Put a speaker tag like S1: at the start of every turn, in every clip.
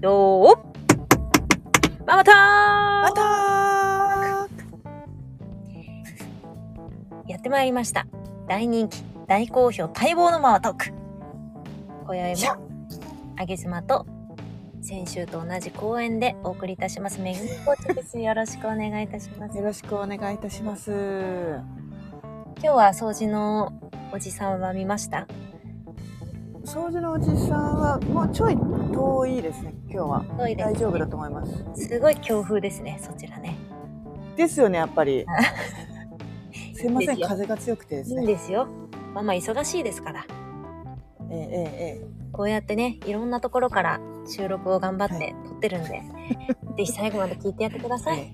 S1: よーっママター
S2: ま
S1: ン
S2: たー
S1: やってまいりました。大人気、大好評、待望のママトーク。今宵
S2: よ
S1: も、あげ妻と、先週と同じ公演でお送りいたします。めぐみコーチです。よろしくお願いいたします。
S2: よろしくお願いいたします。
S1: 今日は掃除のおじさんは見ました
S2: 掃除のおじさんはもうちょい遠いですね、今日は。
S1: トイレ
S2: 大丈夫だと思います。
S1: すごい強風ですね、そちらね。
S2: ですよね、やっ ぱり。すいませ
S1: です
S2: ん、
S1: よ
S2: 風が強くてで
S1: い
S2: す
S1: いん
S2: ね。
S1: ですよ。ママ忙しいですから。
S2: ええええ
S1: こうやってね、いろんなところから収録を頑張っ
S2: は
S1: て撮ってる んで、ぜひ最後まで聞いてやってくださ
S2: え
S1: い。
S2: え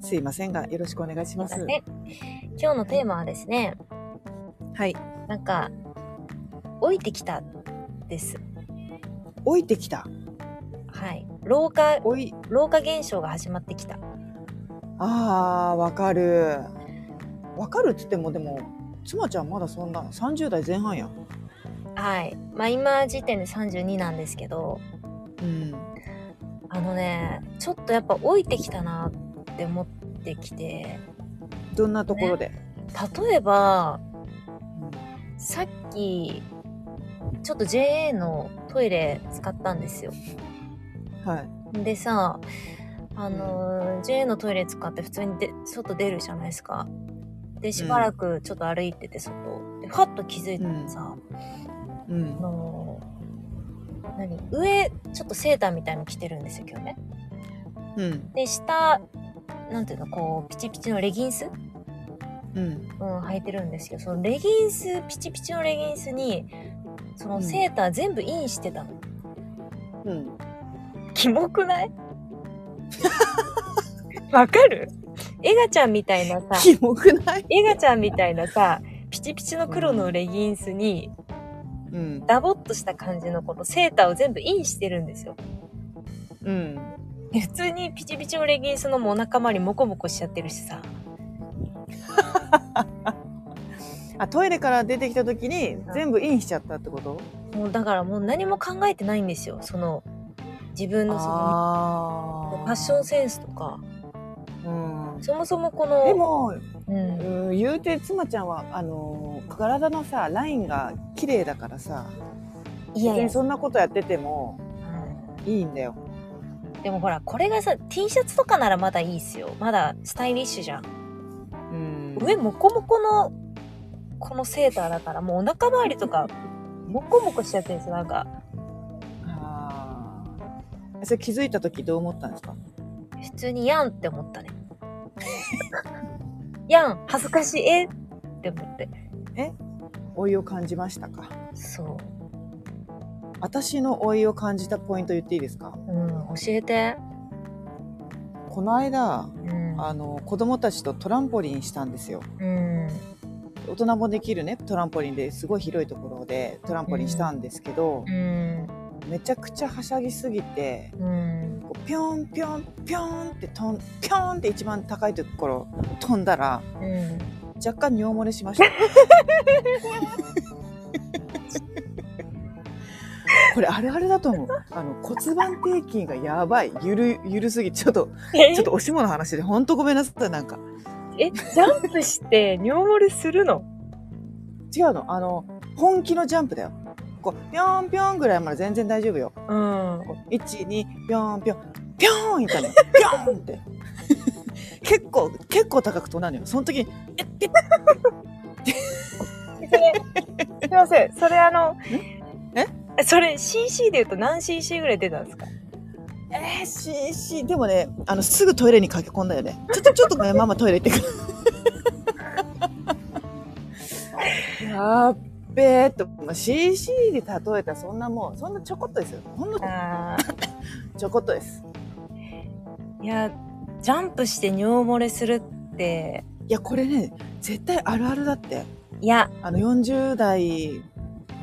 S2: すいませんが、よろしくお願いします
S1: すい。ません今日のテーマはですね、
S2: はい。
S1: なんか、老いてきたです。
S2: 置いてきた。
S1: はい。老化、
S2: おい、
S1: 老化現象が始まってきた。
S2: あー、わかる。わかるっつっても、でも、妻ちゃんまだそんな、30代前半やん。
S1: はい。まあ今時点で32なんですけど、
S2: うん。
S1: あのね、ちょっとやっぱ老いてきたなって思ってきて、
S2: どんなところで、
S1: 例えば、さっき、ちょっと JA のトイレ使ったんですよ。
S2: うんはい。
S1: でさ、あのー、JA のトイレ使って普通にで外出るじゃないですか。で、しばらくちょっと歩いてて外。で、ふわっと気づいたらさ、あ
S2: うん。
S1: のー、何上、ちょっとセーターみたいの着てるんですよ、今日ね。
S2: うん。
S1: で、下、なんていうの、こう、ピチピチのレギンス
S2: うん。
S1: うん、履いてるんですけど、そのレギンス、ピチピチのレギンスに、そのセーター全部インしてたの。
S2: うん。
S1: キモくない わかるエガちゃんみたいなさ、
S2: キモくない
S1: エガちゃんみたいなさ、ピチピチの黒のレギンスに、
S2: うん。
S1: ダボっとした感じのこのセーターを全部インしてるんですよ。
S2: うん。
S1: で普通にピチピチのレギンスのもうお腹周りモコモコしちゃってるしさ。
S2: あ、トイレから出てきた時に全部インしちゃったってこと
S1: もうだからもう何も考えてないんですよ。その、自分のその、
S2: あ
S1: フ
S2: ー
S1: ァッションセンスとか、
S2: うん。
S1: そもそもこの、
S2: でも、
S1: うん、
S2: うん、言うて妻ちゃんはあのー体のさラインが綺麗だからさ
S1: いやい
S2: 別
S1: や
S2: に、そんなことやっててもいいんだよ
S1: でもほら、これがさ、T シャツとかならまだいいっすよ。まだスタイリッシュじゃん。
S2: うん
S1: 上モコモコの、このセーターだから、もうお腹周りとか、モコモコしちゃってるんですよ、なんか。
S2: あーそれ気づいた時どう思ったんですか
S1: 普通にやんって思 ったね。やん、恥ずかしい、えって思って。
S2: 老いを感じましたか
S1: そ
S2: 私の老いを感じたポイント言っていいですか
S1: う。うん、教えて。
S2: この間
S1: うん。
S2: あの子供たちとトランポリンしたんですよ
S1: うん。
S2: 大人もできるねトランポリンですごい広いところでトランポリンしたんですけど
S1: う、ん。
S2: めちゃくちゃはしゃぎすぎて
S1: うん。
S2: こうピョンピョンピョンって飛んピョンって一番高いところ飛んだら
S1: うん。
S2: 若干尿漏れ しましたこれあるあるだと思うあの骨盤底筋がやばいゆるゆるすぎちょっと
S1: え
S2: ちょっとおしもの話でほんとごめんなさいなんか
S1: え、ジャンプして尿漏れするの
S2: 違うのあの本気のジャンプだよこうピョンピョンぐらいまで全然大丈夫よ
S1: うん。
S2: 12ピョンピョンピョンいったのよ ピョンって結構結構高く飛んだのよその時にえっピョ
S1: それ、すいません。それあの、
S2: え
S1: それ CC で言うと何 CC ぐらい出たんですか
S2: ンえー、ししでもねあのすぐトイレに駆け込んだよねちょっとちょっとごめんママトイレ行ってくるやっべえともう CC で例えたらそんなもうそんなちょこっとですよほんの
S1: あ
S2: ちょこっとです
S1: いや、ジャンプして尿漏れするって、
S2: いやこれね絶対あるあるだって
S1: いや、
S2: あの40代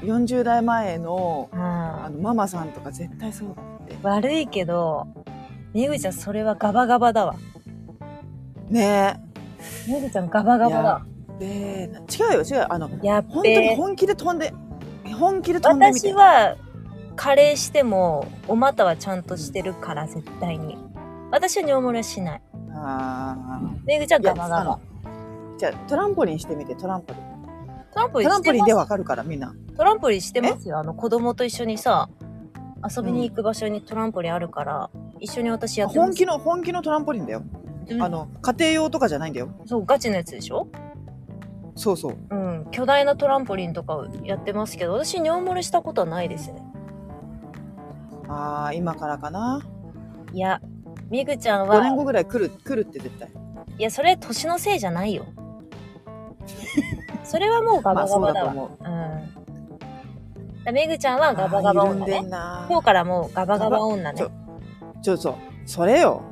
S2: 40代前の
S1: う
S2: あ
S1: ん、
S2: のママさんとか絶対そうだって
S1: 悪いけど、めぐちゃんそれはガバガバだわ。
S2: ね
S1: めぐちゃんガバガバだわ。
S2: えで違うよ違うよあの
S1: やっ
S2: 本当に
S1: べ
S2: 本気で飛んで本気で飛んでみ
S1: 私
S2: て
S1: は、加齢してもお股はちゃんとしてるから絶対に私は尿漏れはしない
S2: あー
S1: めぐちゃん
S2: いや
S1: ガバガバ
S2: あのじゃあトランポリンしてみてトランポリン
S1: トランポ
S2: ト
S1: リン
S2: ラ
S1: し
S2: ンポ
S1: て
S2: リン
S1: ま
S2: ですわかるからみんな
S1: トランポリンしてますよあの子供と一緒にさ遊びに行く場所にトランポリンあるから、一緒に私やってます
S2: 本気の本気のトランポリンだよ、
S1: うん
S2: あの家庭用とかじゃないんだよ
S1: そうガチのやつでしょ
S2: そうそう
S1: うん巨大なトランポリンとかをやってますけど私尿漏れしたことはないですね
S2: あー今からかない
S1: やみぐちゃん
S2: 5年
S1: は
S2: 後ぐらい来る来るって絶対
S1: いやそれ年のせいじゃないよそれはもうガ
S2: ま
S1: バ
S2: あ
S1: ガ
S2: そう
S1: バだ
S2: だと
S1: わ
S2: 思う
S1: うんだからめぐちゃんはガバガバ
S2: あー緩
S1: 女
S2: んで
S1: ね
S2: んな
S1: 今日からもうガバガバ女ね
S2: ガバちょそうそれよ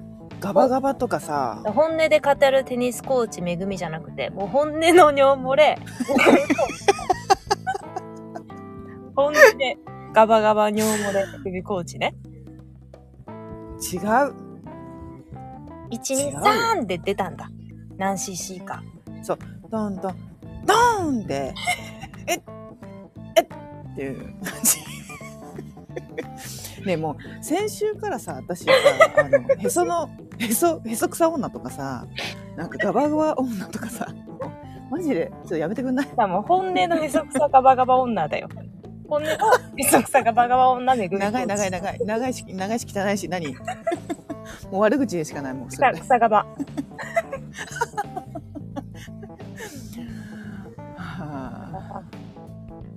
S2: ガバガバとかさ
S1: 本音で語るテニスコーチめぐみじゃなくてもう本音の尿漏 れ本音でガバガバ尿漏れめぐみコーチね
S2: 違う
S1: 123で出たんだナンシーシーか
S2: どんどんドーンでえっえっっていう感じねえもう先週からさ私さあのへそのへそへそくさ女とかさなんかガバガバ女とかさマジでちょっとやめてくんない
S1: だもう本音のへそくさガバガバ女だよ本音のへそくさガバガバ女めぐみコーチ
S2: 長い長い長い長いし長いし汚いし何もう悪口でしかないもうそ
S1: 草
S2: れ
S1: 草ガバ
S2: は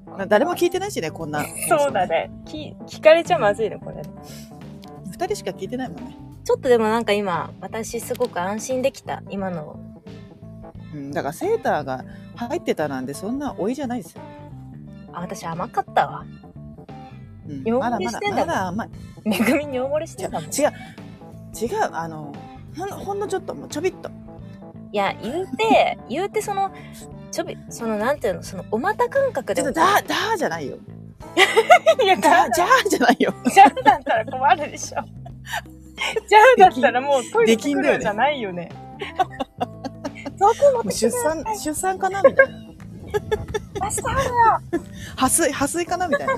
S2: あな誰も聞いてないしねこんな
S1: そうだねき聞かれちゃまずいねこれ
S2: 2人しか聞いてないもんね、
S1: ちょっとでもなんか今私すごく安心できた今の
S2: うん、だからセーターが入ってたなんでそんな老いじゃないですよ、
S1: あ私甘かったわ
S2: うん、
S1: よ
S2: まだま
S1: し
S2: だ
S1: てんだも
S2: ま
S1: ん
S2: だ甘い
S1: めぐみに尿漏れし
S2: 違
S1: て
S2: う
S1: たもんい
S2: 違う違うあのほんほんのちょっともうちょびっと
S1: や言うて言うてそのちょびそのなんていうのそのお股感覚で
S2: ちょっ
S1: も
S2: とだだーじゃないよ
S1: いや
S2: じゃじゃーじゃないよ
S1: ジャンだったら困るで しょ。ジャンだったらもうトイレ
S2: でき
S1: 作
S2: んできんだよ
S1: る
S2: ね
S1: じゃないよね。 そこ
S2: も
S1: も
S2: う出産 出産かなみたいな
S1: 出した
S2: 破水破水かなみた いな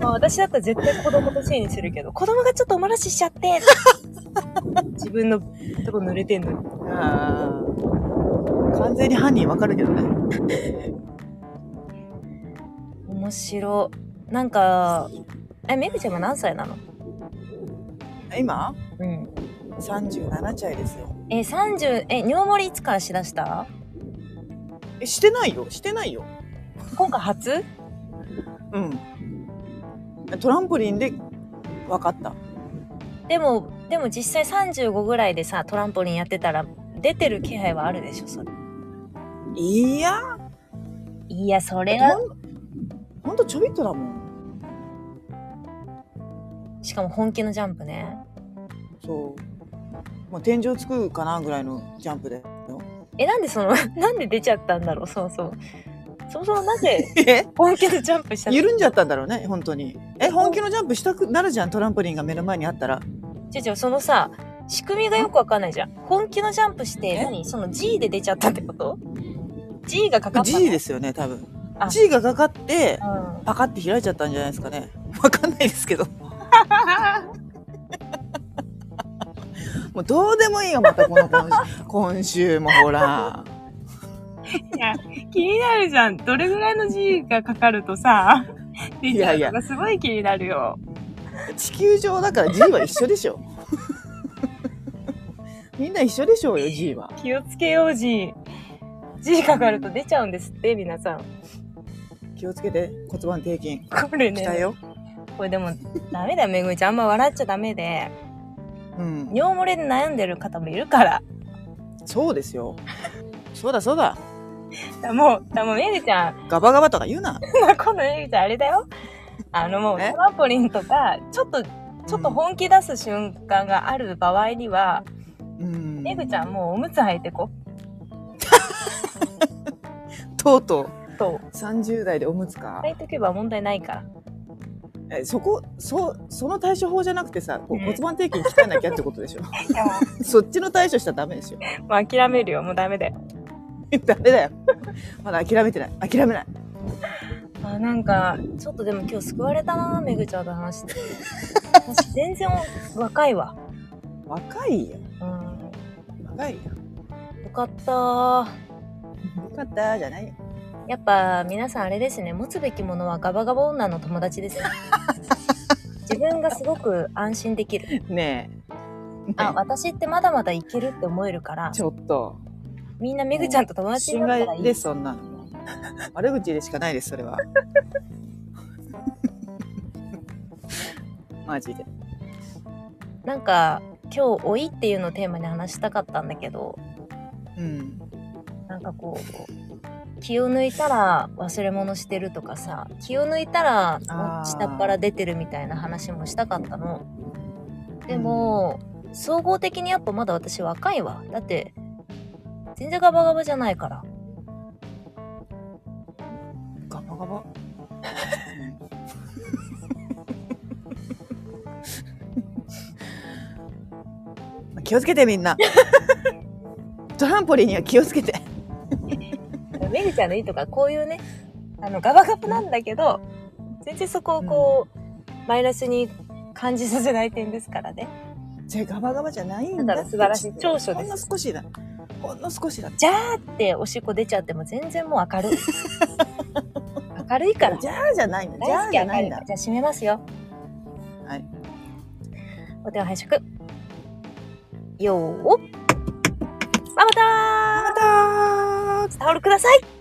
S1: まあ私だったら絶対子供のせいにするけど、子供がちょっとお漏らししちゃって。 自分のとこ濡れてんのに。
S2: あー完全に犯人わかるけどね
S1: 面白い。なんか、え、めぐちゃんは何歳なの
S2: 今
S1: うん。
S2: 37歳ですよ
S1: え、30、え、尿漏れいつからしだした
S2: えしてないよしてないよ
S1: 今回初
S2: うんトランポリンで分かった
S1: でも、でも実際35ぐらいでさ、トランポリンやってたら、出てる気配はあるでしょ、それ。
S2: いや
S1: いや、それは
S2: ほんほんとちょびっとだもん
S1: しかも本気のジャンプね。
S2: そうもう天井つくかなぐらいのジャンプで
S1: え、なんでその、 なんで出ちゃったんだろう、そもそも。そもそもなぜ
S2: え
S1: 本気のジャンプしたの
S2: 緩んじゃったんだろうね本当にえ本気のジャンプしたくなるじゃんトランポリンが目の前にあったら
S1: ちょちょ、そのさ、仕組みがよくわかんないじゃん。本気のジャンプして、
S2: え
S1: 何その G で出ちゃったってこと ?G がかかったの
S2: G ですよね多分
S1: あ
S2: G がかかって
S1: うん。
S2: パカって開いちゃったんじゃないですかね わかんないですけどもうどうでもいいよまたこの今 週今週もほら
S1: 気になるじゃん。どれぐらいの G がかかるとさ、出
S2: ちゃうのが
S1: すごい気になるよ。
S2: 地球上だから G は一緒で しょみんな一緒でしょうよ G は
S1: 気をつけよう、G。G かかると出ちゃうんですって、皆さん。
S2: 気をつけて骨盤底筋
S1: これ
S2: 来た
S1: ね。
S2: よ、
S1: これでも、ダメだよ、めぐみちゃん。あんま笑っちゃダメで。
S2: うん、
S1: 尿漏れで悩んでる方もいるから。
S2: そうですよそうだそうだ
S1: だもう、だもうめぐちゃん、
S2: ガバガバとか言うな
S1: まあ今度めぐちゃんあれだよ。あのもう
S2: え
S1: トランポリンとか、ちょっと、ちょっと本気出す瞬間がある場合には、
S2: うん
S1: めぐちゃんもうおむつ履いてこ。
S2: とうと
S1: と、
S2: う30代でおむつか、
S1: 履いとけば問題ないから。
S2: えそこそうその対処法じゃなくてさこう
S1: うん
S2: 骨盤底筋鍛えなきゃってことでしょ そっちの対処したらダメですよ
S1: もう諦めるよ、もうダメだよ。
S2: ダメだよまだ諦めてない諦めない
S1: あなんかちょっとでも今日救われたなめぐちゃんと話して 私全然若いわ
S2: 若いよ
S1: うん
S2: 若いよ
S1: よかった
S2: よかったじゃないよ
S1: やっぱ皆さんあれですね持つべきものはガバガバ女の友達 ですね自分がすごく安心できる
S2: ねえ
S1: あ私ってまだまだいけるって思えるから
S2: ちょっと
S1: みんなめぐちゃんと友達に
S2: 心
S1: なったら
S2: 外
S1: いい
S2: ですそんなの 悪口でしかないですそれ はマジで
S1: なんか今日「老い」っていうのをテーマに話したかったんだけど
S2: うん
S1: なんかこう気を抜いたら忘れ物してるとかさ気を抜いたら
S2: あー
S1: 下っ腹出てるみたいな話もしたかったのでも、総合的にやっぱまだ私若いわだって全然ガバガバじゃないから
S2: ガバガバうん 気をつけてみんなトランポリンには気をつけて
S1: めぐちゃんのいいとかこういうねあのガバガバなんだけど全然そこをこう、マイナスに感じさせない点ですからね
S2: じゃあガバガバじゃないん
S1: だ
S2: だ
S1: から素晴らしい長所
S2: ほ
S1: で
S2: ん
S1: す
S2: の少しだほんの少しだ
S1: じゃーっておしっこ出ちゃっても全然もう明るい明るいから
S2: じゃあじゃないんだじ
S1: 大
S2: ゃ
S1: 好
S2: あ
S1: き
S2: じ
S1: 明
S2: ゃ
S1: る
S2: ない
S1: い
S2: ん
S1: か
S2: だ
S1: らじゃあ閉めますよ
S2: はい
S1: お手を拝借よーおまばた
S2: またー
S1: ータオルください